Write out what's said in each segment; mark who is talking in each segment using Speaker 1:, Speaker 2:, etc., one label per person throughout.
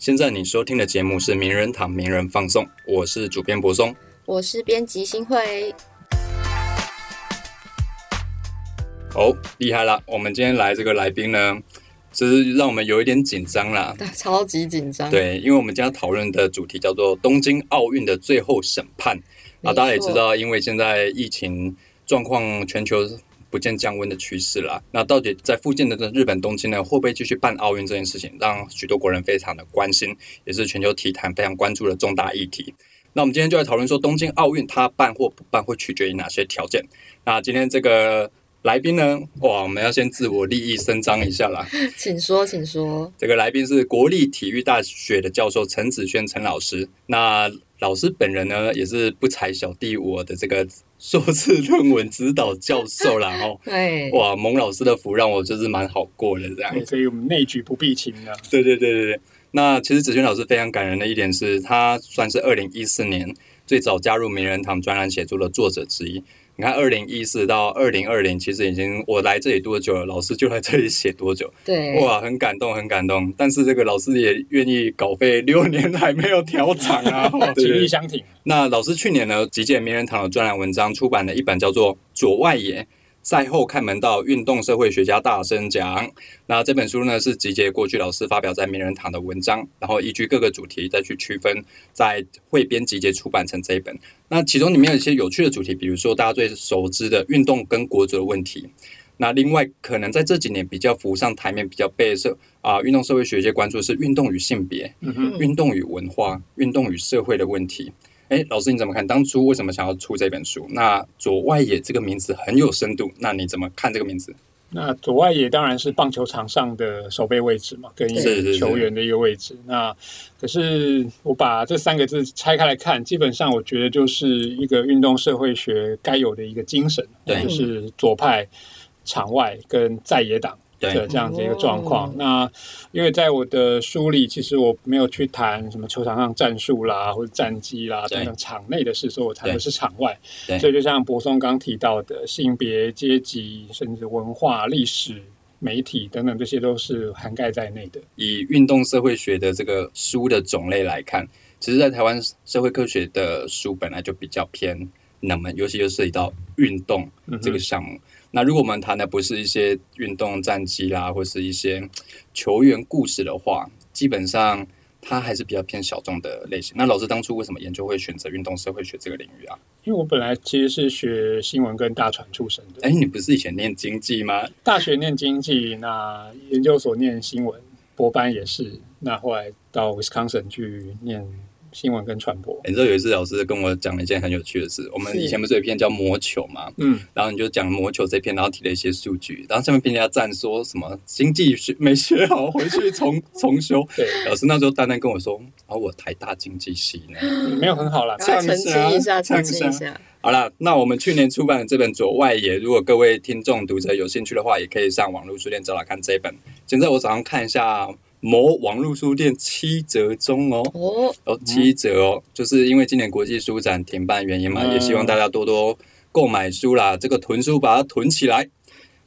Speaker 1: 现在你收听的节目是《名人堂名人放送》，我是主编柏松。
Speaker 2: 我是编辑新会，
Speaker 1: 哦，厉害了！我们今天来这个来宾呢，就是让我们有一点紧张啦。
Speaker 2: 超级紧张。，
Speaker 1: 对，因为我们今天要讨论的主题叫做东京奥运的最后审判
Speaker 2: 没
Speaker 1: 啊，大家也
Speaker 2: 错
Speaker 1: 知道，因为现在疫情状况全球不见降温的趋势啦，那到底在附近的这日本东京呢，会不会继续办奥运这件事情，让许多国人非常的关心，也是全球体坛非常关注的重大议题。那我们今天就来讨论说，东京奥运它办或不办会取决于哪些条件。那今天这个来宾呢，哇，我们要先自我利益伸张一下啦。
Speaker 2: 请说，请说。
Speaker 1: 这个来宾是国立体育大学的教授陈子轩陈老师。那老师本人呢，也是不才小弟我的这个硕士论文指导教授啦。哦，
Speaker 2: 对，
Speaker 1: 哇，蒙老师的福让我就是蛮好过的这样。
Speaker 3: 对，所以我们内举不避亲啊。
Speaker 1: 对对对对对。那其实子轩老师非常感人的一点是，他算是二零一四年最早加入名人堂专栏写作的作者之一。你看，二零一四到二零二零，其实已经我来这里多久了，老师就来这里写多久。
Speaker 2: 对，
Speaker 1: 哇，很感动，很感动。但是这个老师也愿意稿费六年还没有调涨啊。
Speaker 3: 情
Speaker 1: 对
Speaker 3: 义相挺，
Speaker 1: 那老师去年呢，集结名人堂的专栏文章，出版了一本叫做《左外野赛后看门道：运动社会学家大声讲》。那这本书呢，是集结过去老师发表在名人堂的文章，然后依据各个主题再去区分，在汇编集结出版成这一本。那其中里面有一些有趣的主题，比如说大家最熟知的运动跟国足的问题。那另外，可能在这几年比较浮上台面、比较被社啊、运动社会学界关注的是运动与性别，
Speaker 3: 嗯哼，
Speaker 1: 运动与文化、运动与社会的问题。哎，老师你怎么看？当初为什么想要出这本书？那左外野这个名字很有深度，那你怎么看这个名字？
Speaker 3: 那左外野当然是棒球场上的守备位置嘛，跟一
Speaker 1: 是是
Speaker 3: 个
Speaker 1: 是
Speaker 3: 球员的一个位置。那可是我把这三个字拆开来看，基本上我觉得就是一个运动社会学该有的一个精神，啊
Speaker 1: 对
Speaker 3: 就是左派、场外跟在野党。的
Speaker 1: 对，
Speaker 3: 这样子一个状况。
Speaker 2: 哦
Speaker 3: 那因为在我的书里，其实我没有去谈什么球场上战术啦，或者战绩啦
Speaker 1: 对
Speaker 3: 等等场内的事，所以我谈的
Speaker 1: 对
Speaker 3: 是场外
Speaker 1: 对。
Speaker 3: 所以就像柏松刚提到的，性别、阶级，甚至文化、历史。媒体等等，这些都是涵盖在内的。
Speaker 1: 以运动社会学的这个书的种类来看，其实，在台湾社会科学的书本来就比较偏冷门，尤其又涉及到运动
Speaker 3: 嗯哼
Speaker 1: 这个项目。那如果我们谈的不是一些运动战绩啦，或是一些球员故事的话，基本上它还是比较偏小众的类型。那老师当初为什么研究会选择运动社会学这个领域啊？
Speaker 3: 因为我本来其实是学新闻跟大传出身的，
Speaker 1: 哎，你不是以前念经济吗？
Speaker 3: 大学念经济，那研究所念新闻，博班也是，那后来到 Wisconsin 去念新闻跟传播。
Speaker 1: 你知道有一次老师跟我讲了一件很有趣的事，我们
Speaker 2: 是
Speaker 1: 以前不是有一篇叫《魔球》吗？
Speaker 3: 嗯，
Speaker 1: 然后你就讲魔球这篇，然后提了一些数据，然后下面评价站说什么经济学没学好，回去重重修。
Speaker 3: 对，
Speaker 1: 老师那时候单单跟我说，啊，我台大经济系呢。
Speaker 3: 没有很好啦。
Speaker 2: 赶快澄清一下，
Speaker 1: 呛
Speaker 2: 澄
Speaker 1: 一下
Speaker 2: 清一下。
Speaker 1: 好啦，那我们去年出版的这本《左外野》，如果各位听众读者有兴趣的话，也可以上网络书店找来看这一本。现在我早上看一下某网络书店七折中哦。
Speaker 2: 哦，
Speaker 1: 哦，七折哦，就是因为今年国际书展停办原因嘛，
Speaker 3: 嗯
Speaker 1: 也希望大家多多购买书啦，这个囤书把它囤起来。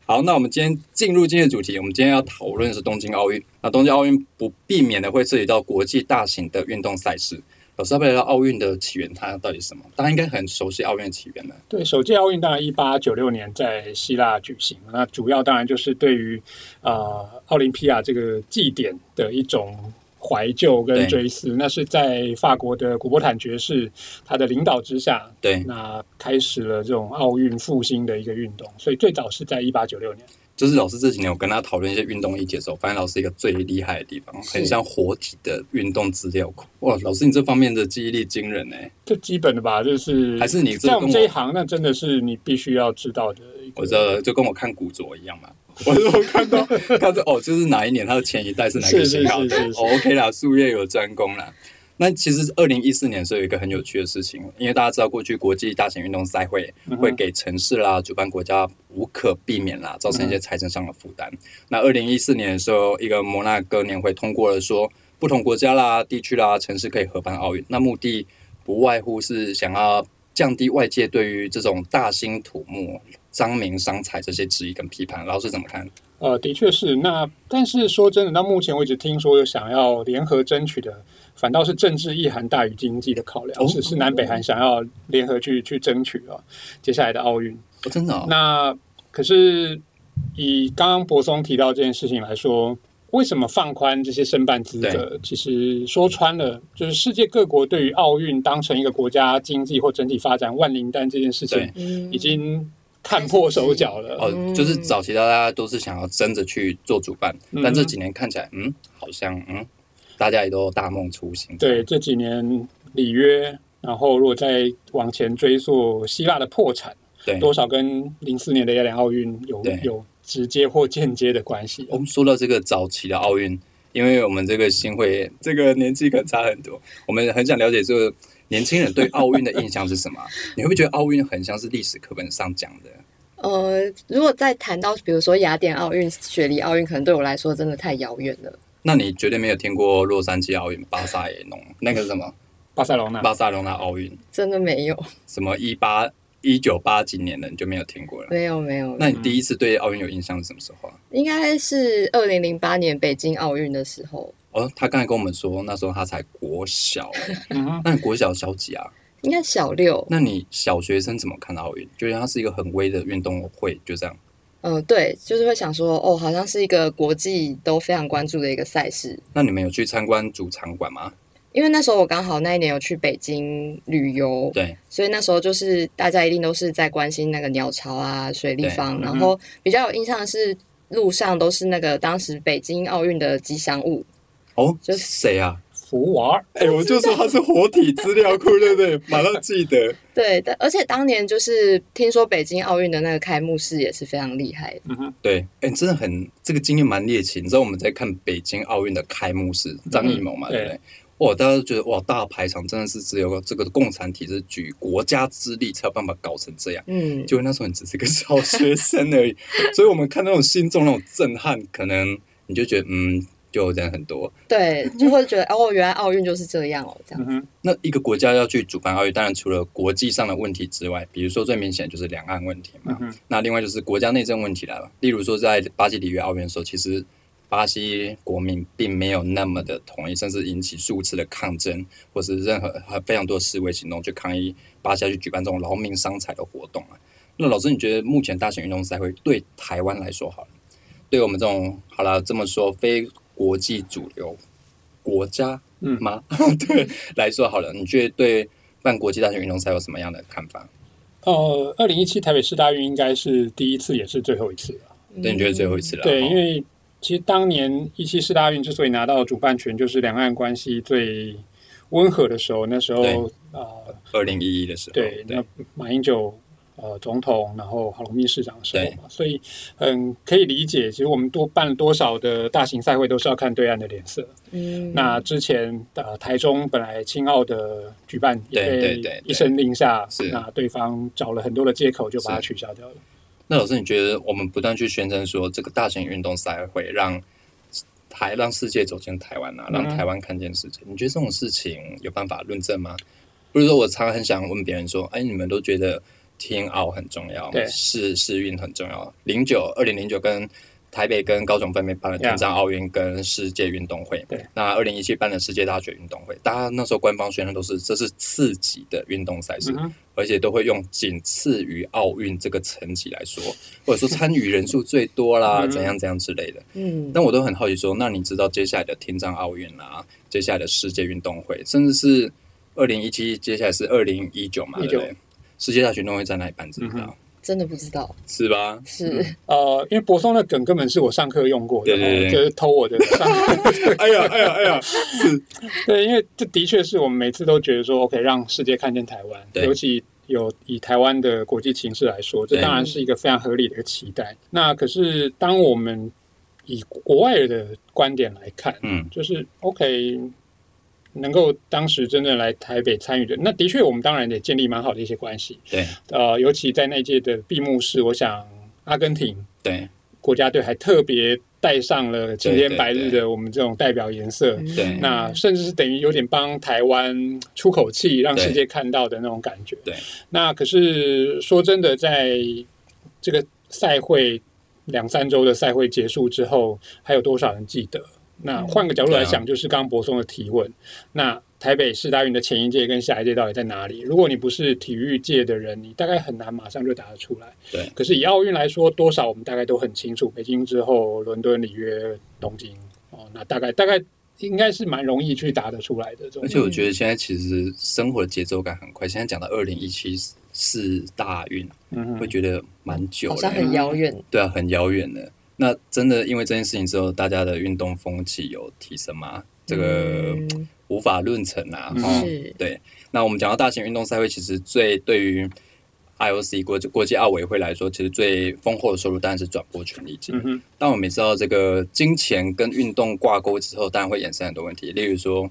Speaker 1: 好，那我们今天进入今天的主题，我们今天要讨论的是东京奥运。那东京奥运不避免的会涉及到国际大型的运动赛事。老师要不要聊奥运的起源？它到底是什么？大家应该很熟悉奥运的起源了。
Speaker 3: 对，首届奥运当然一八九六年在希腊举行，那主要当然就是对于呃奥林匹亚这个祭典的一种。怀旧
Speaker 1: 对
Speaker 3: 跟追思，那是在法国的古波坦爵士他的领导之下，
Speaker 1: 对，
Speaker 3: 那开始了这种奥运复兴的一个运动。所以最早是在一八九六年。
Speaker 1: 就是老师这几年我跟他讨论一些运动议题的时候，发现老师一个最厉害的地方，
Speaker 2: 是
Speaker 1: 很像活体的运动资料库。哇，老师你这方面的记忆力惊人哎、
Speaker 3: 这基本的吧，就是
Speaker 1: 还是你这
Speaker 3: 在我们
Speaker 1: 跟
Speaker 3: 这
Speaker 1: 我
Speaker 3: 一行，那真的是你必须要知道的一个。
Speaker 1: 我知道了，就跟我看古着一样嘛。我我看到 看到哦，就是哪一年它的前一代是哪个
Speaker 3: 是是
Speaker 1: 型号的
Speaker 3: 是是是
Speaker 1: 哦，OK 啦，术业有专攻啦。那其实二零一四年的时候有一个很有趣的事情，因为大家知道过去国际大型运动赛会
Speaker 3: 嗯哼
Speaker 1: 会给城市啦、主办国家无可避免啦，造成
Speaker 3: 嗯
Speaker 1: 一些财政上的负担。那二零一四年的时候，一个摩纳哥年会通过了说，不同国家啦、地区啦、城市可以合办奥运，那目的不外乎是想要降低外界对于这种大兴土木、张名伤财这些质疑跟批判。老师怎么看？
Speaker 3: 呃，的确是。那但是说真的，到目前为止，听说有想要联合争取的，反倒是政治意涵大于经济的考量，
Speaker 1: 哦
Speaker 3: 是是南北韩想要联合去去争取啊，接下来的奥运。
Speaker 1: 哦真的哦，
Speaker 3: 那可是以刚刚柏松提到这件事情来说，为什么放宽这些申办资格？其实说穿了，就是世界各国对于奥运当成一个国家经济或整体发展万灵丹这件事情
Speaker 1: 对，
Speaker 2: 嗯
Speaker 3: 已经看破手脚了。
Speaker 1: 哦，就是早期大家都是想要争着去做主办，
Speaker 3: 嗯
Speaker 1: 但这几年看起来，嗯，好像嗯，大家也都大梦初醒。
Speaker 3: 对，这几年里约，然后如果再往前追溯，希腊的破产
Speaker 1: 对，
Speaker 3: 多少跟零四年的雅典奥运有
Speaker 1: 对哦
Speaker 3: 有直接或间接的关系。
Speaker 1: 我们说到这个早期的奥运，因为我们这个新会这个年纪可能差很多，我们很想了解这个年轻人对奥运的印象是什么啊？你会不会觉得奥运很像是历史课本上讲的？
Speaker 2: 呃，如果再谈到比如说雅典奥运、雪梨奥运，可能对我来说真的太遥远了。
Speaker 1: 那你绝对没有听过洛杉矶奥运、巴萨也弄那个是什么
Speaker 3: 巴塞罗那，
Speaker 1: 巴塞罗那奥运，
Speaker 2: 真的没 有，
Speaker 1: 什么一八一九八几年的你就没有听过了。
Speaker 2: 没有，没有，
Speaker 1: 那你第一次对奥运有印象是什么时候啊？
Speaker 2: 应该是二零零八年北京奥运的时候，
Speaker 1: 哦，他刚才跟我们说，那时候他才国小，
Speaker 3: 嗯哼，
Speaker 1: 那你国小小几啊？
Speaker 2: 应该小六。
Speaker 1: 那你小学生怎么看奥运？觉得它是一个很微的运动会，就这样。
Speaker 2: 嗯、对，就是会想说，哦，好像是一个国际都非常关注的一个赛事。
Speaker 1: 那你们有去参观主场馆吗？
Speaker 2: 因为那时候我刚好那一年有去北京旅游，
Speaker 1: 对，
Speaker 2: 所以那时候就是大家一定都是在关心那个鸟巢啊、水立
Speaker 1: 嗯
Speaker 2: 方，
Speaker 3: 对
Speaker 2: 然后比较有印象的是路上都是那个当时北京奥运的吉祥物，
Speaker 1: 哦，
Speaker 2: 就是
Speaker 1: 谁啊？
Speaker 3: 福娃儿，
Speaker 1: 哎、我就说它是活体资料库，对不对？马上记得。
Speaker 2: 对，但而且当年就是听说北京奥运的那个开幕式也是非常厉害的，
Speaker 3: 嗯哼，
Speaker 1: 对，哎、真的很这个经验蛮猎奇。你知道我们在看北京奥运的开幕式，张艺谋
Speaker 3: 嗯
Speaker 1: 嘛，对不对？哇，大家都觉得哇，大排场真的是只有这个共产体制举国家之力才有办法搞成这样。
Speaker 2: 嗯，
Speaker 1: 就那时候你只是个小学生而已， 所以我们看那种心中那种震撼，可能你就觉得嗯，就人很多。
Speaker 2: 对，就会觉得哦，原来奥运就是这样哦，这样
Speaker 3: 嗯哼，
Speaker 1: 那一个国家要去主办奥运，当然除了国际上的问题之外，比如说最明显就是两岸问题嘛，
Speaker 3: 嗯哼，
Speaker 1: 那另外就是国家内政问题来了。例如说在巴西里约奥运的时候，其实巴西国民并没有那么的统一，甚至引起数次的抗争，或是任何很非常多的示威行动去抗议巴西要去举办这种劳民伤财的活动啊。那老师，你觉得目前大型运动赛会对台湾来说好了，对我们这种好了这么说非国际主流国家
Speaker 3: 嗯
Speaker 1: 吗？ 对来说好了，你觉得对办国际大型运动赛有什么样的看法？
Speaker 3: 呃，二零一七台北市大运应该是第一次，也是最后一次了。
Speaker 1: 嗯对，你觉得最后一次了？
Speaker 3: 嗯对，
Speaker 1: 哦
Speaker 3: 因为其实当年一七世大运之所以拿到主办权，就是两岸关系最温和的时候。那时
Speaker 1: 对
Speaker 3: 候，呃，
Speaker 1: 二零一一的时候，
Speaker 3: 对，那马英九呃总统，然后郝龙斌市长的时候嘛，所以嗯，可以理解。其实我们多办了多少的大型赛会，都是要看对岸的脸色。
Speaker 2: 嗯，
Speaker 3: 那之前呃，台中本来青奥的举办也
Speaker 1: 对对
Speaker 3: 被
Speaker 1: 对
Speaker 3: 一声令下，
Speaker 1: 是
Speaker 3: 那对方找了很多的借口就把它
Speaker 1: 是
Speaker 3: 取消掉了。
Speaker 1: 那老师，你觉得我们不断去宣称说这个大型运动赛会让台让世界走进台湾啊，
Speaker 3: 嗯
Speaker 1: 让台湾看见世界，你觉得这种事情有办法论证吗？不是说我常常很想问别人说，哎，你们都觉得天奥很重要
Speaker 3: 对，
Speaker 1: 世世运很重要，零九二零零九跟。台北跟高雄分别办了
Speaker 3: Yeah
Speaker 1: 天障奥运跟世界运动会
Speaker 3: 对
Speaker 1: 那二零一七办了世界大学运动会，大家那时候官方宣称都是这是次级的运动赛事，
Speaker 3: 嗯哼，
Speaker 1: 而且都会用仅次于奥运这个层级来说，或者说参与人数最多啦，
Speaker 3: 嗯
Speaker 1: 怎样怎样之类的。
Speaker 2: 嗯，
Speaker 1: 那我都很好奇说，那你知道接下来的天障奥运啦，接下来的世界运动会，甚至是二零一七，接下来是二零一九嗯嘛？对
Speaker 3: 19
Speaker 1: 不对？世界大学运动会在哪里办？知不知道？
Speaker 2: 真的不知道，
Speaker 1: 是吧？
Speaker 2: 是、
Speaker 1: 嗯
Speaker 3: 呃，因为博松的梗根本是我上课用过的，
Speaker 1: 对对对
Speaker 3: 就是偷我的上 课
Speaker 1: 哎呀，哎呀，哎呀！
Speaker 3: 对，因为这的确是我们每次都觉得说，OK，让世界看见台湾，
Speaker 1: 对
Speaker 3: 尤其有以台湾的国际形势来说，这
Speaker 1: 对
Speaker 3: 当然是一个非常合理的一个期待。那可是当我们以国外的观点来看，
Speaker 1: 嗯，
Speaker 3: 就是 OK，能够当时真正来台北参与的，那的确我们当然也建立蛮好的一些关系。
Speaker 1: 对
Speaker 3: 呃，尤其在那届的闭幕式，我想阿根廷
Speaker 1: 对
Speaker 3: 国家队还特别带上了青
Speaker 1: 对
Speaker 3: 天
Speaker 1: 对
Speaker 3: 白日
Speaker 1: 对
Speaker 3: 的我们这种代表颜色。
Speaker 2: 嗯
Speaker 1: 对
Speaker 3: 那甚至是等于有点帮台湾出口气，让
Speaker 1: 对
Speaker 3: 世界看到的那种感觉。
Speaker 1: 对，
Speaker 3: 那可是说真的，在这个赛会两三周的赛会结束之后，还有多少人记得？那换个角度来想，就是刚刚博松的提问，那台北市大运的前一届跟下一届到底在哪里？如果你不是体育界的人，你大概很难马上就答得出来。
Speaker 1: 对，
Speaker 3: 可是以奥运来说，多少我们大概都很清楚，北京之后，伦敦、里约、东京，哦，那大概大概应该是蛮容易去答得出来的。这种
Speaker 1: 而且我觉得现在其实生活的节奏感很快，现在讲到二零一七四大运，
Speaker 3: 嗯
Speaker 1: 会觉得蛮久
Speaker 2: 好
Speaker 1: 了
Speaker 2: 像，很遥远。
Speaker 1: 对啊，很遥远的。那真的因为这件事情之后，大家的运动风气有提升吗？这个
Speaker 2: 嗯
Speaker 1: 无法论成啊。
Speaker 3: 嗯
Speaker 1: 哦
Speaker 2: 是
Speaker 1: 对。那我们讲到大型运动赛会，其实最对于 IOC 国际国际奥委会来说，其实最丰厚的收入当然是转播权利金。
Speaker 3: 嗯哼，
Speaker 1: 但我们也知道，这个金钱跟运动挂钩之后，当然会衍生很多问题，例如说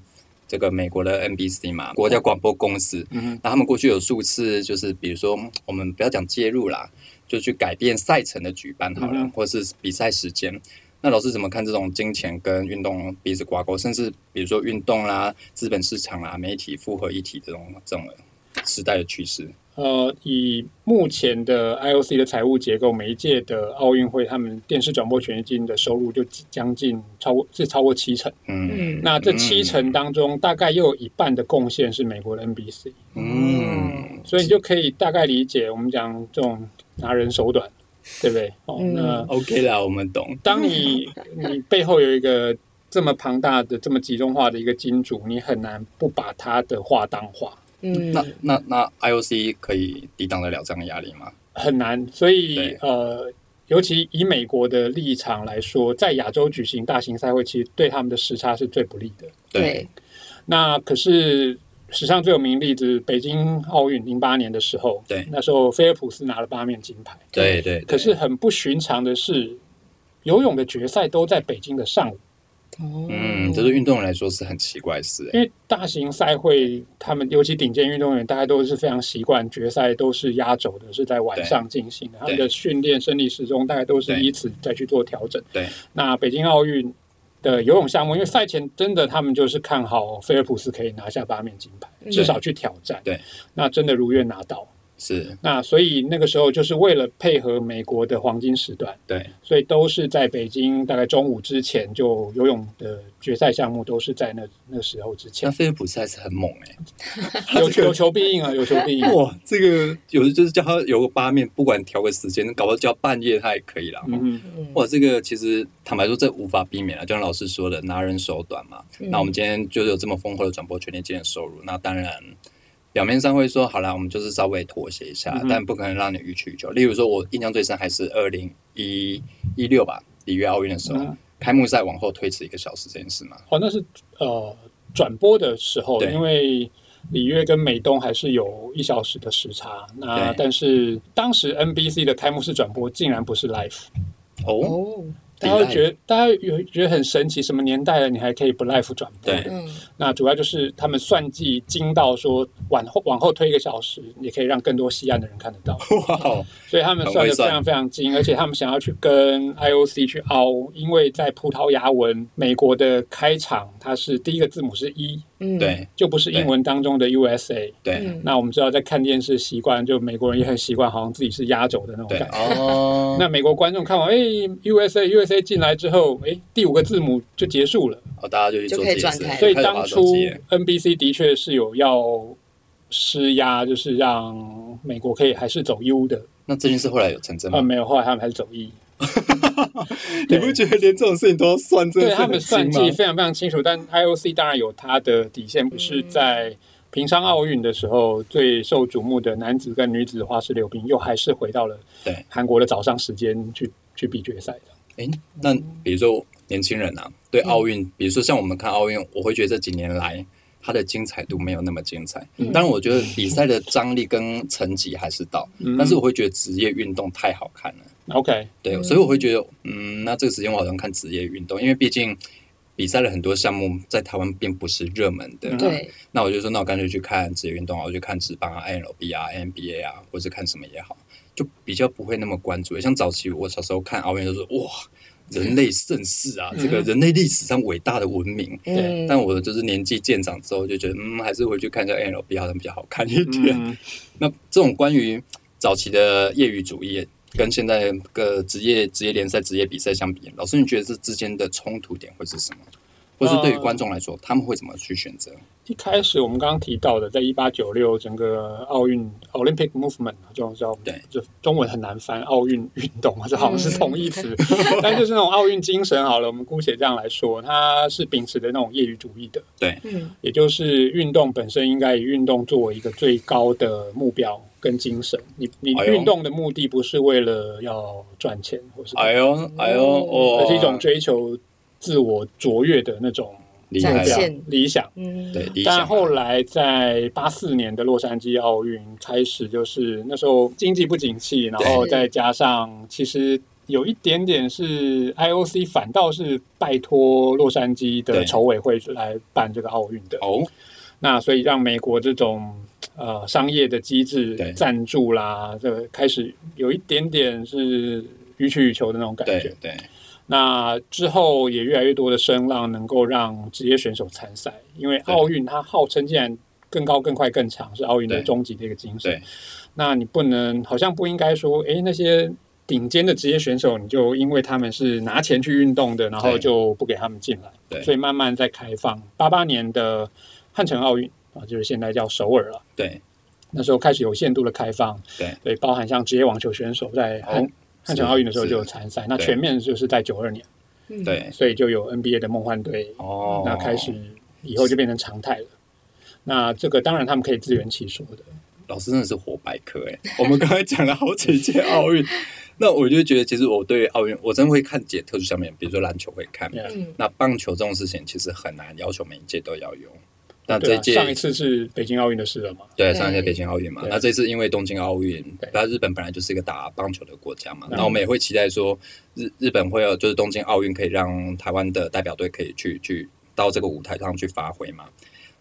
Speaker 1: 这个美国的 NBC 嘛，国家广播公司，
Speaker 3: 嗯哼，
Speaker 1: 那他们过去有数次就是，比如说嗯我们不要讲介入啦，就去改变赛程的举办好了，
Speaker 3: 嗯哼
Speaker 1: 或是比赛时间。那老师怎么看这种金钱跟运动彼此挂钩，甚至比如说运动啦、资本市场啦、媒体复合一体这种这种时代的趋势？
Speaker 3: 呃，以目前的 IOC 的财务结构，每一届的奥运会，他们电视转播权益金的收入就将近超过是超过七成。
Speaker 1: 嗯
Speaker 2: 嗯，
Speaker 3: 那这七成当中，大概又有一半的贡献是美国的 NBC，
Speaker 1: 嗯，
Speaker 3: 所以你就可以大概理解我们讲这种拿人手短，对不对？哦，
Speaker 2: 嗯
Speaker 3: 那
Speaker 1: OK 啦，我们懂。
Speaker 3: 当你你背后有一个这么庞大的、这么集中化的一个金主，你很难不把他的话当话，
Speaker 2: 嗯，
Speaker 1: 那那那 IOC 可以抵挡得了这样的压力吗？
Speaker 3: 很难。所以
Speaker 1: 对
Speaker 3: 呃，尤其以美国的立场来说，在亚洲举行大型赛会，其实对他们的时差是最不利的。
Speaker 2: 对，
Speaker 3: 那可是史上最有名的例子，北京奥运零八年的时候，
Speaker 1: 对
Speaker 3: 那时候菲尔普斯拿了八面金牌。
Speaker 1: 对对，
Speaker 3: 可是很不寻常的是，游泳的决赛都在北京的上午，
Speaker 2: 哦
Speaker 1: 嗯，这对运动人来说是很奇怪的事、欸。
Speaker 3: 因为大型赛会，他们尤其顶尖运动员，大家都是非常习惯决赛都是压轴的，是在晚上进行的，他们的训练生理时钟大概都是
Speaker 1: 对
Speaker 3: 依此再去做调整。
Speaker 1: 对，
Speaker 3: 那北京奥运。的游泳项目，因为赛前真的他们就是看好菲尔普斯可以拿下八面金牌，
Speaker 2: 嗯
Speaker 3: 至少去挑战。
Speaker 1: 对，
Speaker 3: 那真的如愿拿到。
Speaker 1: 是，
Speaker 3: 那所以那个时候就是为了配合美国的黄金时段，
Speaker 1: 对，
Speaker 3: 所以都是在北京大概中午之前就游泳的决赛项目都是在那那时候之
Speaker 1: 那
Speaker 3: 前，
Speaker 1: 菲尔普斯还是很猛哎、
Speaker 3: 有有求必应啊，有求必应。
Speaker 1: 哇，这个有的就是叫他有个八面，不管调个时间，搞不好叫半夜他也可以啦。哦
Speaker 3: 嗯哼，
Speaker 2: 嗯
Speaker 1: 哇，这个其实坦白说，这无法避免了，啊就像老师说的，拿人手短嘛。
Speaker 2: 嗯
Speaker 1: 那我们今天就是有这么丰厚的转播权利金的收入，那当然表面上会说好啦，我们就是稍微妥协一下，
Speaker 3: 嗯哼
Speaker 1: 但不可能让你予取予求。例如说，我印象最深还是二零一一六吧，里约奥运的时候，
Speaker 3: 嗯
Speaker 1: 开幕赛往后推迟一个小时这件事嘛。
Speaker 3: 哦，那是呃转播的时候，
Speaker 1: 对
Speaker 3: 因为里约跟美东还是有一小时的时差。那
Speaker 1: 对
Speaker 3: 但是当时 NBC 的开幕式转播竟然不是 live，
Speaker 1: 哦，
Speaker 2: 哦，
Speaker 3: 大家会
Speaker 1: Live
Speaker 3: 觉得大家有觉得很神奇，什么年代了你还可以不 live 转播？
Speaker 1: 对
Speaker 2: 嗯
Speaker 3: 那主要就是他们算计精到说往后往后推一个小时，也可以让更多西岸的人看得到，
Speaker 1: 哇哦，
Speaker 3: 所以他们算
Speaker 1: 很
Speaker 3: 的非
Speaker 1: 会算
Speaker 3: 常非常精，而且他们想要去跟 IOC 去凹，因为在葡萄牙文美国的开场，它是第一个字母是 E，
Speaker 2: 嗯，
Speaker 1: 对
Speaker 3: 就不是英文当中的 USA。
Speaker 1: 对
Speaker 2: 嗯，
Speaker 3: 那我们知道在看电视习惯，就美国人也很习惯，好像自己是压轴的那种
Speaker 1: 对
Speaker 3: 感觉。
Speaker 1: 哦，
Speaker 3: 那美国观众看完，哎，USA USA 进来之后，哎，第五个字母就结束了。
Speaker 1: 哦，大家就去
Speaker 2: 就
Speaker 1: 做
Speaker 2: 可以
Speaker 1: 这件
Speaker 2: 转
Speaker 1: 事
Speaker 2: 开
Speaker 1: 开
Speaker 3: 所
Speaker 1: 始
Speaker 3: 以
Speaker 1: 划手
Speaker 3: 当初
Speaker 1: 机耶
Speaker 3: NBC 的确是有要施压，就是让美国可以还是走 U 的，
Speaker 1: 那这件事后来有成真
Speaker 3: 啊，
Speaker 1: 吗？
Speaker 3: 没有，后来他们还是走 E。
Speaker 1: 哦你不觉得连这种事情都要算这
Speaker 3: 对
Speaker 1: 个
Speaker 3: 他们算计非常非常清楚，但 IOC 当然有它的底线，不
Speaker 1: 嗯
Speaker 3: 是在平昌奥运的时候最受瞩目的男子跟女子花式溜冰，又还是回到了
Speaker 1: 对
Speaker 3: 韩国的早上时间去去比决赛的。
Speaker 1: 哎，那比如说年轻人啊，对奥运，比如说像我们看奥运，我会觉得这几年来它的精彩度没有那么精彩。
Speaker 2: 嗯
Speaker 1: 当然，我觉得比赛的张力跟成绩还是到，
Speaker 3: 嗯
Speaker 1: 但是我会觉得职业运动太好看了。
Speaker 3: OK，
Speaker 1: 对，
Speaker 2: 嗯
Speaker 1: 所以我会觉得，嗯，那这个时间我好像看职业运动，因为毕竟比赛的很多项目在台湾并不是热门的。
Speaker 3: 嗯
Speaker 2: 对，
Speaker 1: 那我就说，那我干脆去看职业运动啊，我去看职棒啊、NLB 啊、NBA 啊，或者看什么也好，就比较不会那么关注。像早期我小时候看奥运，就说哇，人类盛世啊，
Speaker 3: 嗯
Speaker 1: 这个人类历史上伟大的文明。
Speaker 2: 嗯，
Speaker 1: 但我就是年纪渐长之后，就觉得嗯，还是回去看一下 NLB 好像比较好看一点。
Speaker 3: 嗯，
Speaker 1: 那这种关于早期的业余主义，跟现在个职业职业联赛、职业比赛相比，老师你觉得这之间的冲突点会是什么？或是对于观众来说，他们会怎么去选择？
Speaker 3: 一开始我们刚刚提到的，在一八九六整个奥运 Olympic Movement 啊叫叫
Speaker 1: 对，嗯
Speaker 3: 就中文很难翻奥运运动，啊这好像是同义词， 但就是那种奥运精神好了，我们姑且这样来说，它是秉持的那种业余主义的，
Speaker 1: 对，
Speaker 2: 嗯
Speaker 3: 也就是运动本身应该以运动作为一个最高的目标跟精神。你你
Speaker 1: 哎呦
Speaker 3: 运动的目的不是为了要赚钱，或是
Speaker 1: 哎呦哎呦哦，
Speaker 3: 而是一种追求自我卓越的那种
Speaker 1: 厉害
Speaker 2: 展
Speaker 1: 啊，
Speaker 2: 现
Speaker 3: 理想。
Speaker 2: 嗯，
Speaker 1: 对，理想啊
Speaker 3: 但后来在八四年的洛杉矶奥运开始，就是那时候经济不景气，然后再加上其实有一点点是 IOC 反倒是拜托洛杉矶的
Speaker 1: 对
Speaker 3: 筹委会来办这个奥运的，
Speaker 1: 哦，
Speaker 3: 那所以让美国这种呃商业的机制
Speaker 1: 对
Speaker 3: 赞助啦，这个开始有一点点是予取予求的那种感觉
Speaker 1: 对。对
Speaker 3: 那之后也越来越多的声浪能够让职业选手参赛，因为
Speaker 1: 对
Speaker 3: 奥运它号称竟然更高、更快、更长，是奥运的
Speaker 1: 对
Speaker 3: 终极的一个精神
Speaker 1: 对。
Speaker 3: 那你不能，好像不应该说，诶，那些顶尖的职业选手，你就因为他们是拿钱去运动的，然后
Speaker 1: 对
Speaker 3: 就不给他们进来。
Speaker 1: 对
Speaker 3: 所以慢慢在开放。八八年的汉城奥运啊，就是现在叫首尔了。
Speaker 1: 对
Speaker 3: 那时候开始有限度的开放，
Speaker 1: 对
Speaker 3: 所以包含像职业网球选手在汉、
Speaker 1: 哦
Speaker 3: 汉城奥运的时候
Speaker 1: 是
Speaker 3: 就有参赛，那
Speaker 1: 对
Speaker 3: 全面就是在九二年。
Speaker 2: 嗯，
Speaker 1: 对，
Speaker 3: 所以就有 NBA 的梦幻队，
Speaker 1: 哦，
Speaker 3: 那开始以后就变成常态了。那这个当然他们可以自圆其说的，
Speaker 1: 老师真的是活百科哎、 我们刚才讲了好几届奥运， 那我就觉得其实我对于奥运，我真的会看解特殊项目，比如说篮球会看，
Speaker 3: Yeah
Speaker 2: 嗯
Speaker 1: 那棒球这种事情其实很难要求每一届都要有。那
Speaker 3: 对
Speaker 1: 这
Speaker 3: 啊、
Speaker 1: 届、
Speaker 3: 上一次是北京奥运的事了嘛？
Speaker 1: 对，
Speaker 2: 对
Speaker 1: 上一届北京奥运嘛，
Speaker 3: 对
Speaker 1: 那这次因为东京奥运
Speaker 3: 对，
Speaker 1: 那日本本来就是一个打棒球的国家嘛，
Speaker 3: 嗯
Speaker 1: 那我们也会期待说日日本会有就是东京奥运可以让台湾的代表队可以去去到这个舞台上去发挥嘛。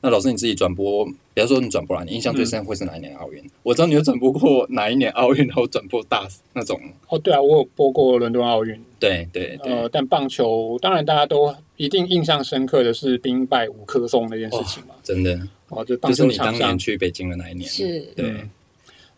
Speaker 1: 那老师你自己转播，比方说你转播啦，你印象
Speaker 3: 嗯
Speaker 1: 最深会是哪一年奥运？我知道你有转播过哪一年奥运，然后转播大那种，
Speaker 3: 哦，对啊，我有播过伦敦奥运，
Speaker 1: 对对对，
Speaker 3: 呃，但棒球当然大家都一定印象深刻的是兵败五棵松那件事情嘛。
Speaker 1: 真的
Speaker 3: 哦，就棒
Speaker 1: 就是
Speaker 3: 球
Speaker 1: 你
Speaker 3: 场
Speaker 1: 当
Speaker 3: 上
Speaker 1: 年，去北京的那一年，
Speaker 2: 是
Speaker 1: 对、
Speaker 3: 嗯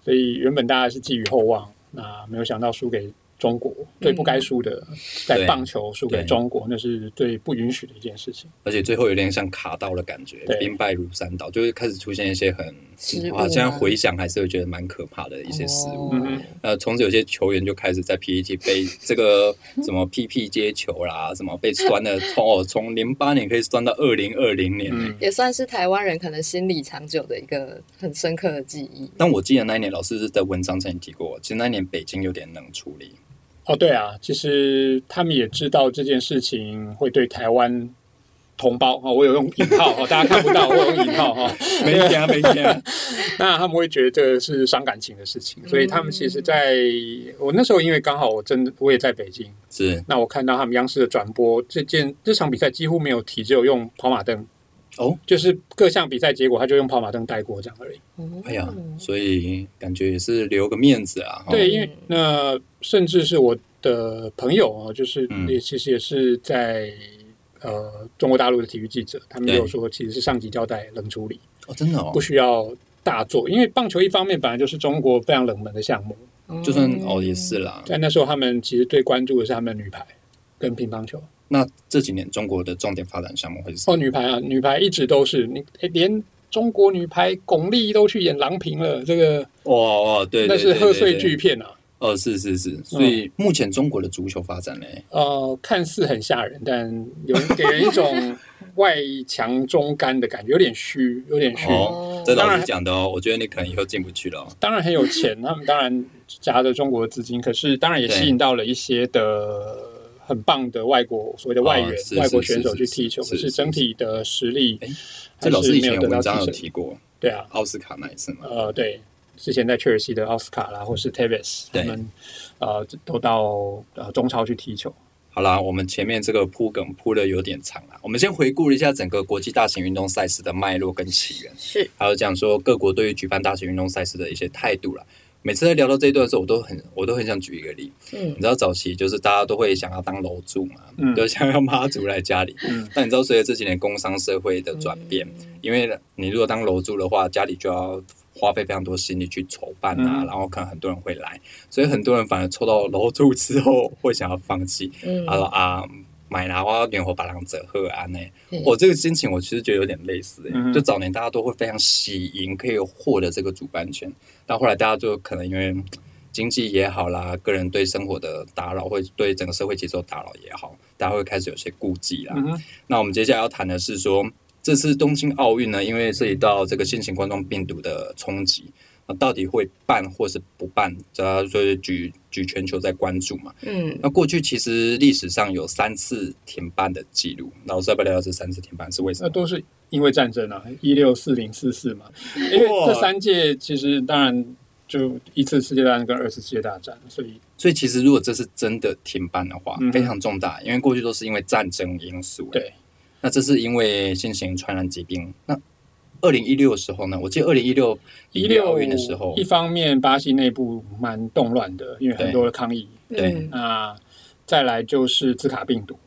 Speaker 3: 所以原本大家是寄予厚望，那没有想到输给中国，最不该输的，在
Speaker 1: 对
Speaker 3: 棒球输给
Speaker 1: 对
Speaker 3: 中国，那是最不允许的一件事情。
Speaker 1: 而且最后有点像卡到的感觉，
Speaker 3: 对
Speaker 1: 兵败如山倒，就会开始出现一些很
Speaker 2: 失误哦
Speaker 1: 哇，
Speaker 2: 啊
Speaker 1: 现在回想还是会觉得蛮可怕的一些失误。
Speaker 3: 嗯哼
Speaker 1: 呃，从此有些球员就开始在 PET 被 这个什么 PP 接球啦，什么被酸的从哦从零八年可以酸到二零二零年、欸。
Speaker 3: 嗯，
Speaker 2: 也算是台湾人可能心里长久的一个很深刻的记忆。
Speaker 1: 但我记得那一年老师的文章曾经提过，其实那一年北京有点冷处 理，
Speaker 3: 哦，对啊，其实他们也知道这件事情会对台湾同胞哦，我有用引号哦，大家看不到，我有用引号哈、哦。
Speaker 1: 没天没天，
Speaker 3: 那他们会觉得这是伤感情的事情，所以他们其实在，我那时候因为刚好我真的我也在北京，
Speaker 1: 是
Speaker 3: 那我看到他们央视的转播，这件这场比赛几乎没有提，只有用跑马灯
Speaker 1: 哦，
Speaker 3: 就是各项比赛结果他就用跑马灯带过这样而已。
Speaker 2: 哦
Speaker 1: 哎呀，所以感觉也是留个面子啊。哈
Speaker 3: 对，因为那甚至是我的朋友啊，就是
Speaker 1: 嗯
Speaker 3: 也其实也是在呃中国大陆的体育记者，他们也
Speaker 1: 对
Speaker 3: 有说其实是上级交代冷处理，
Speaker 1: 哦，真的哦
Speaker 3: 不，需要大做，因为棒球一方面本来就是中国非常冷门的项目，
Speaker 1: 就算哦也是啦，
Speaker 3: 在那时候他们其实最关注的是他们的女排跟乒乓球。
Speaker 1: 那这几年中国的重点发展项目会是什
Speaker 3: 哦，
Speaker 1: 么？
Speaker 3: 女排啊，女排一直都是你诶连。中国女排巩俐都去演郎平了，这个
Speaker 1: 哦哦，对，
Speaker 3: 那
Speaker 1: 对
Speaker 3: 是贺岁。
Speaker 1: 对
Speaker 3: 巨
Speaker 1: 对对
Speaker 3: 片啊。
Speaker 1: 哦，是是是，所以目前中国的足球发展嘞，
Speaker 3: 呃，看似很吓人，但有给人一种外强中干的感觉，有 点虚，有点虚。
Speaker 1: 哦，这老师讲的哦，我觉得你可能以后进不去了哦。
Speaker 3: 当然很有钱，他们当然夹着中国的资金，可是当然也
Speaker 1: 对
Speaker 3: 吸引到了一些的很棒的外国所谓的外援、
Speaker 1: 哦是
Speaker 3: 外国
Speaker 1: 是
Speaker 3: 选手
Speaker 1: 是
Speaker 3: 去
Speaker 1: 是
Speaker 3: 踢球，
Speaker 1: 是
Speaker 3: 可
Speaker 1: 是
Speaker 3: 是整体的实力
Speaker 1: 哎
Speaker 3: 还
Speaker 1: 这老
Speaker 3: 是
Speaker 1: 师以
Speaker 3: 没
Speaker 1: 前
Speaker 3: 有得到
Speaker 1: 文
Speaker 3: 提
Speaker 1: 章有
Speaker 3: 升。
Speaker 1: 提过
Speaker 3: 对啊，
Speaker 1: 奥斯卡那一次嘛，
Speaker 3: 呃，对，之前在切尔西的奥斯卡啦，或是 Tevez 他
Speaker 1: 对
Speaker 3: 们呃都到呃中超去踢球。
Speaker 1: 好啦，我们前面这个铺梗铺的有点长啦，我们先回顾一下整个国际大型运动赛事的脉络跟起源，
Speaker 2: 是
Speaker 1: 还有讲说各国对于举办大型运动赛事的一些态度啦。每次在聊到这一段的时候，我都很我都很想举一个例，
Speaker 2: 嗯
Speaker 1: 你知道早期就是大家都会想要当楼主嘛，
Speaker 3: 嗯
Speaker 1: 就想要妈祖来家里。
Speaker 3: 嗯
Speaker 1: 但你知道，随着这几年工商社会的转变，因为你如果当楼主的话，家里就要花费非常多心力去筹办啊，
Speaker 3: 嗯
Speaker 1: 然后可能很多人会来，所以很多人反而抽到楼主之后会想要放弃，
Speaker 2: 嗯
Speaker 1: 他说啊。买啦，我要联合把人折合安呢。
Speaker 2: 嗯
Speaker 1: 我、这个心情，我其实觉得有点类似、欸。
Speaker 3: 嗯
Speaker 1: 就早年大家都会非常喜迎，可以获得这个主办权，但后来大家就可能因为经济也好啦，个人对生活的打扰，或者对整个社会节奏打扰也好，大家会开始有些顾忌啦。
Speaker 3: 嗯哼，
Speaker 1: 那我们接下来要谈的是说，这次东京奥运呢，因为涉及到这个新型冠状病毒的冲击，那到底会办或是不办，这就是举举全球在关注嘛。
Speaker 2: 嗯
Speaker 1: 那过去其实历史上有三次停办的记录，老师要不要聊聊这三次停办是为什
Speaker 3: 那
Speaker 1: 么？
Speaker 3: 都是因为战争啊，一六四零四四嘛，因为这三届其实当然就一次世界大战跟二次世界大战，所以
Speaker 1: 所以其实如果这是真的停办的话，
Speaker 3: 嗯哼
Speaker 1: 非常重大，因为过去都是因为战争因素。
Speaker 3: 对，
Speaker 1: 那这是因为新型传染疾病。那二零一六的时候呢，我记得二零一六
Speaker 3: 一
Speaker 1: 届
Speaker 3: 六
Speaker 1: 奥运的时候
Speaker 3: 一，方面巴西内部蛮动乱的，因为很多的抗议，
Speaker 1: 对
Speaker 2: 嗯
Speaker 3: 那再来就是兹卡病毒，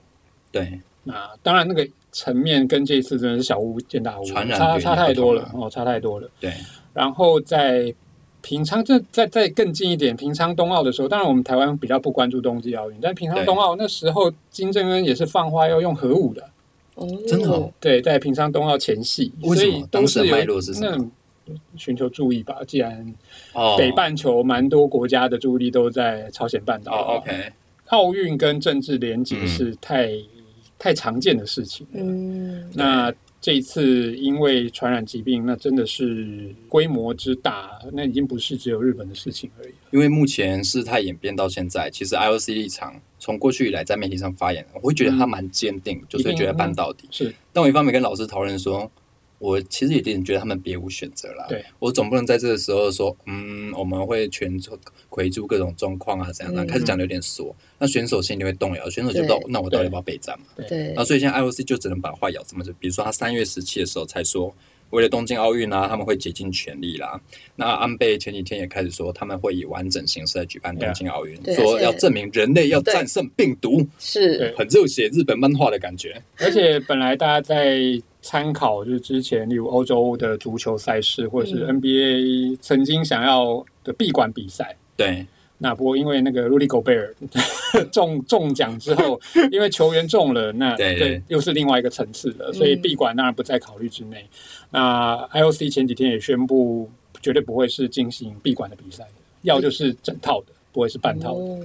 Speaker 1: 对，
Speaker 3: 那当然那个层面跟这一次真的是小巫见大巫，
Speaker 1: 传染
Speaker 3: 差
Speaker 1: 率
Speaker 3: 差太多
Speaker 1: 太
Speaker 3: 了
Speaker 1: 高
Speaker 3: 哦，差太多了。
Speaker 1: 对，
Speaker 3: 然后在平昌，这再再更近一点，平昌冬奥的时候，当然我们台湾比较不关注冬季奥运，但平昌冬奥那时候金正恩也是放话要用核武的，
Speaker 2: 哦，
Speaker 1: 真的哦
Speaker 3: 对，在平昌冬奥前夕，
Speaker 1: 为
Speaker 3: 所
Speaker 1: 什么
Speaker 3: 以都是
Speaker 1: 当时的
Speaker 3: 有
Speaker 1: 脉络是什么
Speaker 3: 那寻求注意吧，既然
Speaker 1: 哦，
Speaker 3: 北半球蛮多国家的注意力都在朝鲜半岛，
Speaker 1: 哦，OK，
Speaker 3: 奥运跟政治连结是太、太常见的事情了。
Speaker 2: 嗯
Speaker 3: 那这一次因为传染疾病，那真的是规模之大，那已经不是只有日本的事情而已。
Speaker 1: 因为目前事态演变到现在，其实 IOC 立场从过去以来在媒体上发言，我会觉得他蛮坚定，就是觉得办到底。
Speaker 3: 是，
Speaker 1: 但我一方面跟老师讨论说，我其实有点觉得他们别无选择啦。
Speaker 3: 对，
Speaker 1: 我总不能在这个时候说，嗯，我们会全球回注各种状况啊，怎样的、
Speaker 2: 嗯
Speaker 1: 开始讲的有点缩，那选手心里会动摇，选手就到
Speaker 2: 对
Speaker 1: 那我到底要不要备战嘛？
Speaker 2: 对
Speaker 1: 然后所以现在 IOC 就只能把话咬这么死，比如说他三月十七的时候才说，为了东京奥运啊，他们会竭尽全力啦。那安倍前几天也开始说，他们会以完整形式来举办东京奥运
Speaker 2: Yeah 对啊而
Speaker 1: 说
Speaker 2: 且
Speaker 1: 要证明人类要战胜病毒，
Speaker 2: 是
Speaker 3: 对
Speaker 1: 很热血日本漫画的感觉。
Speaker 3: 而且本来大家在参考就是之前，例如欧洲的足球赛事，或者是
Speaker 2: 嗯
Speaker 3: NBA 曾经想要的闭馆比赛。
Speaker 1: 对，
Speaker 3: 那不过因为那个 Rudy Gobert 中中奖之后， 因为球员中了，那
Speaker 1: 对对
Speaker 3: 又是另外一个层次了，所以
Speaker 2: 嗯
Speaker 3: 闭馆当然不在考虑之内。那 IOC 前几天也宣布，绝对不会是进行闭馆的比赛的，要就是整套的，不会是半套的。
Speaker 2: 哦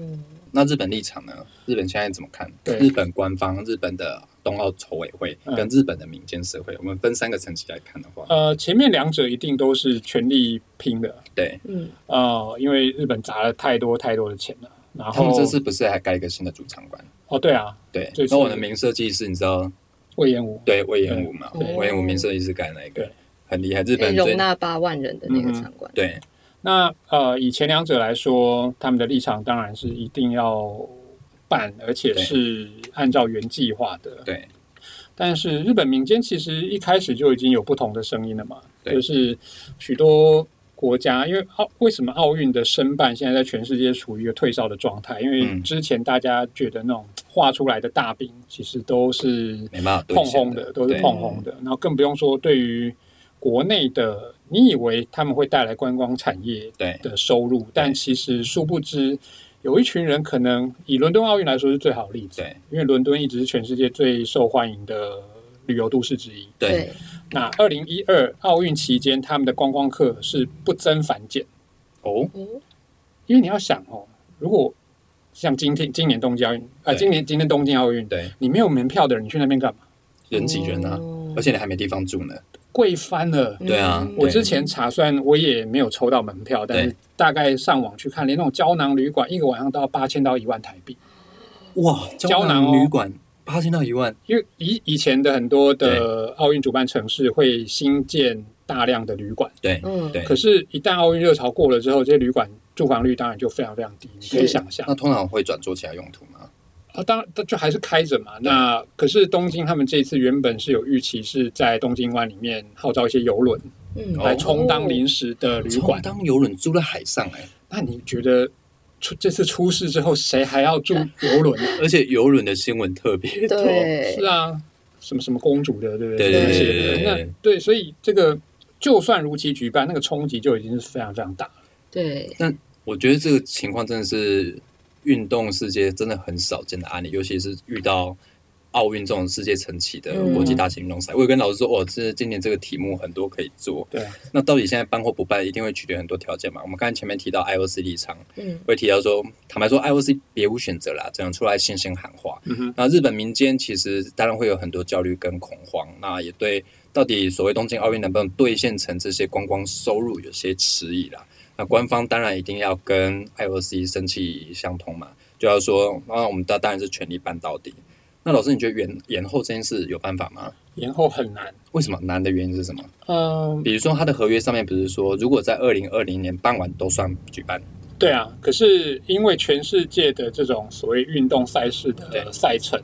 Speaker 1: 那日本立场呢？日本现在怎么看？
Speaker 3: 对
Speaker 1: 日本官方、日本的冬奥筹委会
Speaker 3: 嗯
Speaker 1: 跟日本的民间社会，我们分三个层级来看的话，
Speaker 3: 呃，前面两者一定都是全力拼的，
Speaker 1: 对
Speaker 2: 嗯
Speaker 3: 呃，因为日本砸了太多太多的钱了。然
Speaker 1: 他们
Speaker 3: 后
Speaker 1: 这次不是还盖一个新的主场馆？
Speaker 3: 哦，对啊，
Speaker 1: 对
Speaker 3: 这，次
Speaker 1: 那我的名设计师，你知道
Speaker 3: 魏延武，
Speaker 1: 对，魏延武嘛，
Speaker 2: 对
Speaker 1: 魏延武名设计师改那一个
Speaker 3: 对，
Speaker 1: 很厉害。日
Speaker 2: 可
Speaker 1: 本
Speaker 2: 以
Speaker 1: 最
Speaker 2: 容纳八万人的那个
Speaker 3: 嗯哼
Speaker 2: 场馆，
Speaker 1: 对
Speaker 3: 那呃，以前两者来说，他们的立场当然是一定要办，而且
Speaker 1: 对
Speaker 3: 是按照原计划的。
Speaker 1: 对
Speaker 3: 但是日本民间其实一开始就已经有不同的声音了嘛，
Speaker 1: 对
Speaker 3: 就是许多国家，因为奥为什么奥运的申办现在在全世界处于一个退烧的状态？因为
Speaker 1: 嗯
Speaker 3: 之前大家觉得那种画出来的大饼，其实都是
Speaker 1: 没办法兑
Speaker 3: 碰
Speaker 1: 现
Speaker 3: 轰
Speaker 1: 的
Speaker 3: 的，都是
Speaker 1: 对
Speaker 3: 碰轰的。然后更不用说对于国内的，你以为他们会带来观光产业
Speaker 1: 哎对
Speaker 3: 的收入，但其实殊不知，有一群人可能以伦敦奥运来说是最好的例子，
Speaker 1: 对
Speaker 3: 因为伦敦一直是全世界最受欢迎的旅游都市之一。
Speaker 1: 对，
Speaker 3: 那二零一二奥运期间，他们的观光客是不增反减，
Speaker 1: 哦，
Speaker 2: 哦
Speaker 3: 因为你要想哦，如果像今天今年东京奥运啊、
Speaker 1: 对
Speaker 3: 今年今天东京奥运，
Speaker 1: 对，
Speaker 3: 你没有门票的人，你去那边干嘛？
Speaker 1: 人挤人啊，
Speaker 2: 哦
Speaker 1: 而且你还没地方住呢。
Speaker 3: 贵翻了。
Speaker 1: 对啊
Speaker 2: 嗯
Speaker 3: 我之前查算，我也没有抽到门票，但是
Speaker 1: 对
Speaker 3: 大概上网去看，连那种胶囊旅馆，一个晚上都要八千到一万台币。
Speaker 1: 哇，胶
Speaker 3: 胶囊
Speaker 1: 囊
Speaker 3: 哦
Speaker 1: 旅馆八千到一万，
Speaker 3: 因为以以前的很多的奥运主办城市会新建大量的旅馆，
Speaker 1: 对
Speaker 2: 嗯
Speaker 1: 对
Speaker 3: 可。是，一旦奥运热潮过了之后，这些旅馆住房率当然就非常非常低，你可以
Speaker 2: 是
Speaker 3: 想象
Speaker 1: 那。通常会转做其他用途吗？
Speaker 3: 啊，当然就还是开着嘛。那可是东京他们这一次原本是有预期是在东京湾里面号召一些游轮
Speaker 2: 嗯
Speaker 3: 来充当临
Speaker 2: 时，
Speaker 3: 时的旅
Speaker 1: 哦充
Speaker 3: 馆，啊
Speaker 1: 当游轮住在海上哎，
Speaker 3: 那你觉得出这次出事之后，谁还要住游轮啊？
Speaker 1: 而且游轮的新闻特别多。
Speaker 2: 哦对
Speaker 3: 是啊，什么什么公主的，对不
Speaker 1: 对
Speaker 3: 对？
Speaker 2: 对对
Speaker 3: 那些
Speaker 1: 对对
Speaker 3: 的
Speaker 1: 对对
Speaker 3: 那对，所以这个就算如期举办，那个冲击就已经是非常非常大了。
Speaker 2: 对，
Speaker 1: 我觉得这个情况真的是运动世界真的很少见的案例，尤其是遇到奥运这种世界层级的国际大型运动赛。我有跟老师说，哦，这今年这个题目很多可以做。
Speaker 3: 对啊，
Speaker 1: 那到底现在办或不办，一定会取决很多条件嘛？我们刚才前面提到 IOC 立场，
Speaker 2: 嗯，
Speaker 1: 会提到说，坦白说，IOC 别无选择啦，只能出来现身喊话。
Speaker 3: 嗯哼，
Speaker 1: 那日本民间其实当然会有很多焦虑跟恐慌，那也对到底所谓东京奥运能不能兑现成这些观光收入有些迟疑啦。那官方当然一定要跟 IOC 生气相通嘛，就要说，那我们当当然是全力办到底。那老师，你觉得延延后这件事有办法吗？
Speaker 3: 延后很难。
Speaker 1: 为什么难的原因是什么？
Speaker 3: 嗯，
Speaker 1: 比如说，它的合约上面不是说，如果在二零二零年办完都算举办，
Speaker 3: 对啊，可是因为全世界的这种所谓运动赛事
Speaker 1: 对
Speaker 3: 的赛程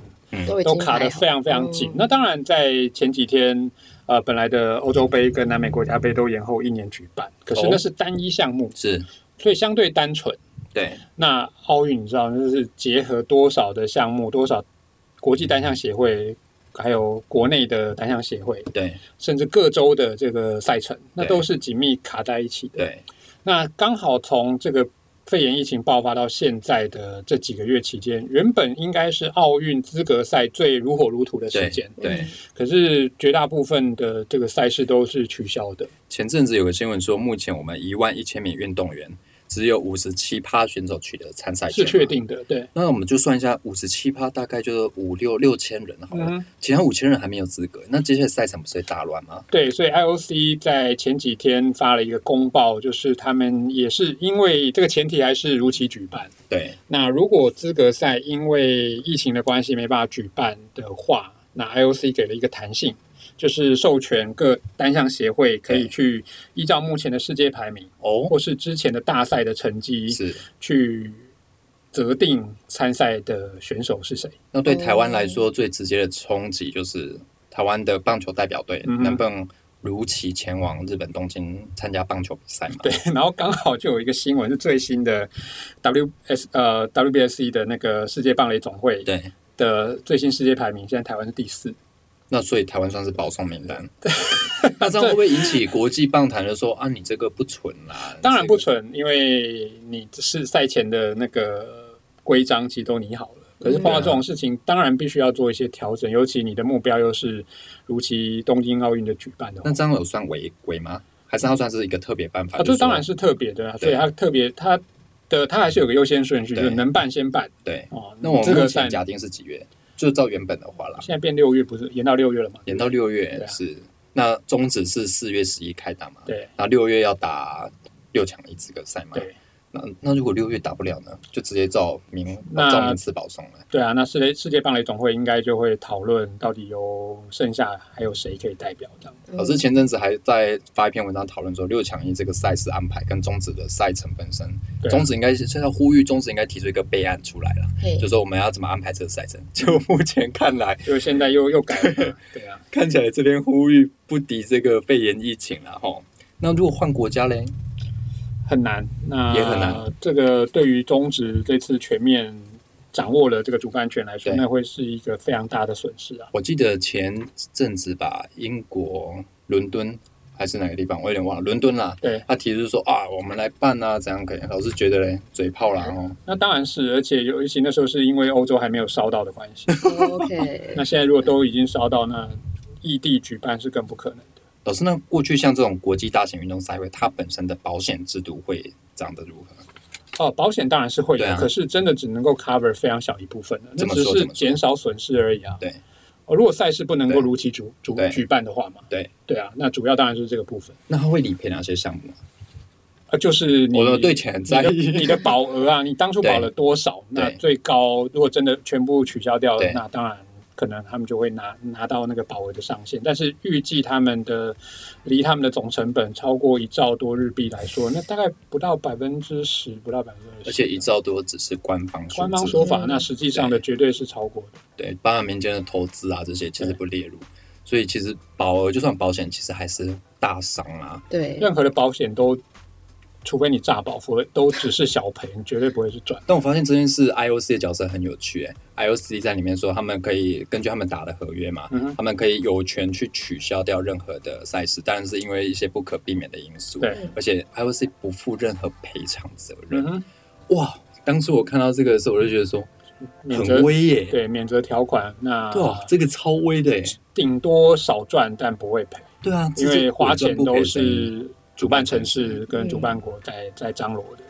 Speaker 2: 都已
Speaker 3: 都
Speaker 2: 经
Speaker 3: 卡得
Speaker 2: 还好
Speaker 3: 非常非常紧。那当然，在前几天，呃，本来的欧洲杯跟南美国家杯都延后一年举办，可是
Speaker 1: 哦
Speaker 3: 那是单一项目，
Speaker 1: 是
Speaker 3: 所以相对单纯。
Speaker 1: 对，
Speaker 3: 那奥运你知道，那是结合多少的项目，多少国际单项协会，还有国内的单项协会，
Speaker 1: 对，
Speaker 3: 甚至各州的这个赛程，那
Speaker 1: 对
Speaker 3: 都是紧密卡在一起的。
Speaker 1: 对，
Speaker 3: 那刚好从这个肺炎疫情爆发到现在的这几个月期间，原本应该是奥运资格赛最如火如荼的时
Speaker 1: 对
Speaker 3: 间，，
Speaker 1: 对。
Speaker 3: 可是绝大部分的这个赛事都是取消的。
Speaker 1: 前阵子有个新闻说，目前我们一万一千名运动员，只有五十七趴选手取得参赛
Speaker 3: 是
Speaker 1: 权，
Speaker 3: 确。定的，对，
Speaker 1: 那我们就算一下，五十七趴大概就是五六六千人好了，
Speaker 3: 嗯
Speaker 1: 其他五千人还没有资格。那接下来赛程不是会大乱吗？
Speaker 3: 对，所以 IOC 在前几天发了一个公报，就是他们也是因为这个前提还是如期举办。
Speaker 1: 对，
Speaker 3: 那如果资格赛因为疫情的关系没办法举办的话，那 IOC 给了一个弹性，就是授权各单项协会可以
Speaker 1: 对
Speaker 3: 去依照目前的世界排名
Speaker 1: 哦，
Speaker 3: 或是之前的大赛的成绩
Speaker 1: 是。
Speaker 3: 去择定参赛的选手是谁。
Speaker 1: 那对台湾来说，最直接的冲击就是台湾的棒球代表队
Speaker 3: 嗯哼
Speaker 1: 能不能如期前往日本东京参加棒球比赛嘛？
Speaker 3: 对，然后刚好就有一个新闻是最新的 WS 呃 WBSC 的那个世界棒垒总会
Speaker 1: 对，嗯
Speaker 3: 的最新世界排名，现在台湾是第四。
Speaker 1: 那所以台湾算是保送名单。 那这样会不会引起国际棒坛就说啊，你这个不纯啦？
Speaker 3: 当然不
Speaker 1: 纯。
Speaker 3: 纯，因为你是赛前的那个规章其实都拟好了。可是
Speaker 1: 嗯
Speaker 3: 碰到
Speaker 1: 啊
Speaker 3: 这种事情，当然必须要做一些调整，尤其你的目标又是如期东京奥运的举办的话
Speaker 1: 那，这样有算违规吗？还是它算是一个特别办法？
Speaker 3: 啊，
Speaker 1: 就
Speaker 3: 这
Speaker 1: 是说
Speaker 3: 当然是特别的啊，所
Speaker 1: 对
Speaker 3: 以它特别它的它还是有个优先顺序，就
Speaker 1: 对
Speaker 3: 是能办先办
Speaker 1: 对。
Speaker 3: 哦。
Speaker 1: 那我
Speaker 3: 这
Speaker 1: 们目
Speaker 3: 个赛
Speaker 1: 前假定是几月？就照原本的话啦，
Speaker 3: 现在变六月，不是延到六月了嘛？
Speaker 1: 延到六月
Speaker 3: 对啊
Speaker 1: 是。那终止是四月十一开打嘛？
Speaker 3: 对。
Speaker 1: 那六月要打六强一资格赛嘛？
Speaker 3: 对。
Speaker 1: 那那如果六月打不了呢，就直接照名
Speaker 3: 那
Speaker 1: 照名次保送了。
Speaker 3: 对啊，那世界世界棒垒总会应该就会讨论到底有剩下还有谁可以代表这样。
Speaker 2: 嗯
Speaker 1: 老师前阵子还在发一篇文章讨论说，六强一这个赛事安排跟终止的赛程本身，
Speaker 3: 对啊
Speaker 1: 终止应该是现在呼吁终止应该提出一个备案出来了，
Speaker 2: 嘿
Speaker 1: 就说我们要怎么安排这个赛程。就目前看来，
Speaker 3: 就现在又又改了 嘛，对啊。
Speaker 1: 看起来这边呼吁不敌这个肺炎疫情了吼。那如果换国家嘞？
Speaker 3: 很难，那
Speaker 1: 也很难。
Speaker 3: 这个对于中职这次全面掌握了这个主办权来说，
Speaker 1: 对
Speaker 3: 那会是一个非常大的损失啊。
Speaker 1: 我记得前阵子吧，英国伦敦还是哪个地方，我有点忘了，伦敦啦。
Speaker 3: 对，
Speaker 1: 他提出说啊，我们来办啊，怎样可以？老师觉得嘞，嘴炮啦哦，
Speaker 3: 那当然是，而且尤其那时候是因为欧洲还没有烧到的关系，
Speaker 2: 哦 OK，
Speaker 3: 那现在如果都已经烧到，那异地举办是更不可能的。
Speaker 1: 老师，那过去像这种国际大型运动赛会，它本身的保险制度会长得如何？
Speaker 3: 哦，保险当然是会有，
Speaker 1: 对啊
Speaker 3: 可是真的只能够 cover 非常小一部分的，那
Speaker 1: 怎么
Speaker 3: 只
Speaker 1: 说
Speaker 3: 是
Speaker 1: 怎么说
Speaker 3: 减少损失而已啊。
Speaker 1: 对，
Speaker 3: 哦，如果赛事不能够
Speaker 1: 对
Speaker 3: 如期主主
Speaker 1: 对
Speaker 3: 举办的话嘛，
Speaker 1: 对，
Speaker 3: 对啊，那主要当然就是这个部分。
Speaker 1: 那它会理赔哪些项目啊？
Speaker 3: 啊，就是你
Speaker 1: 我们对钱很在
Speaker 3: 你的
Speaker 1: 意
Speaker 3: 你的保额啊，你当初保了多少？
Speaker 1: 对
Speaker 3: 那最高如果真的全部取消掉了
Speaker 1: 对，
Speaker 3: 那当然可能他们就会拿拿到那个保额的上限。但是预计他们的离他们的总成本超过一兆多日币来说，那大概不到百分之十，不到百分之二十。
Speaker 1: 而且一兆多只是官方数字
Speaker 3: 官方说
Speaker 2: 嗯，
Speaker 3: 法那实际上的绝对是超过的。
Speaker 1: 对，包含民间的投资啊这些，其实不列入。所以其实保额就算保险，其实还是大伤啊。
Speaker 2: 对，
Speaker 3: 任何的保险都除非你炸爆，否则都只是小赔，你绝对不会是赚。
Speaker 1: 但我发现这件事 IOC 的角色很有趣、欸、，IOC 在里面说他们可以根据他们打的合约嘛，
Speaker 3: 嗯哼
Speaker 1: 他们可以有权去取消掉任何的赛事，当然是因为一些不可避免的因素，
Speaker 3: 对，
Speaker 1: 而且 IOC 不负任何赔偿责任
Speaker 3: 嗯。哼，
Speaker 1: 哇，当初我看到这个的时候，我就觉得说
Speaker 3: 免责
Speaker 1: 很威耶、
Speaker 3: 对免责条款，那
Speaker 1: 对啊，这个超威的耶、
Speaker 3: 顶多少赚，但不会赔，
Speaker 1: 对啊，
Speaker 3: 因
Speaker 1: 这
Speaker 3: 为
Speaker 1: 是
Speaker 3: 花
Speaker 1: 稳赚
Speaker 3: 钱
Speaker 1: 不赔嗯
Speaker 3: 都
Speaker 1: 的
Speaker 3: 是主办城市跟主办国在在张罗的。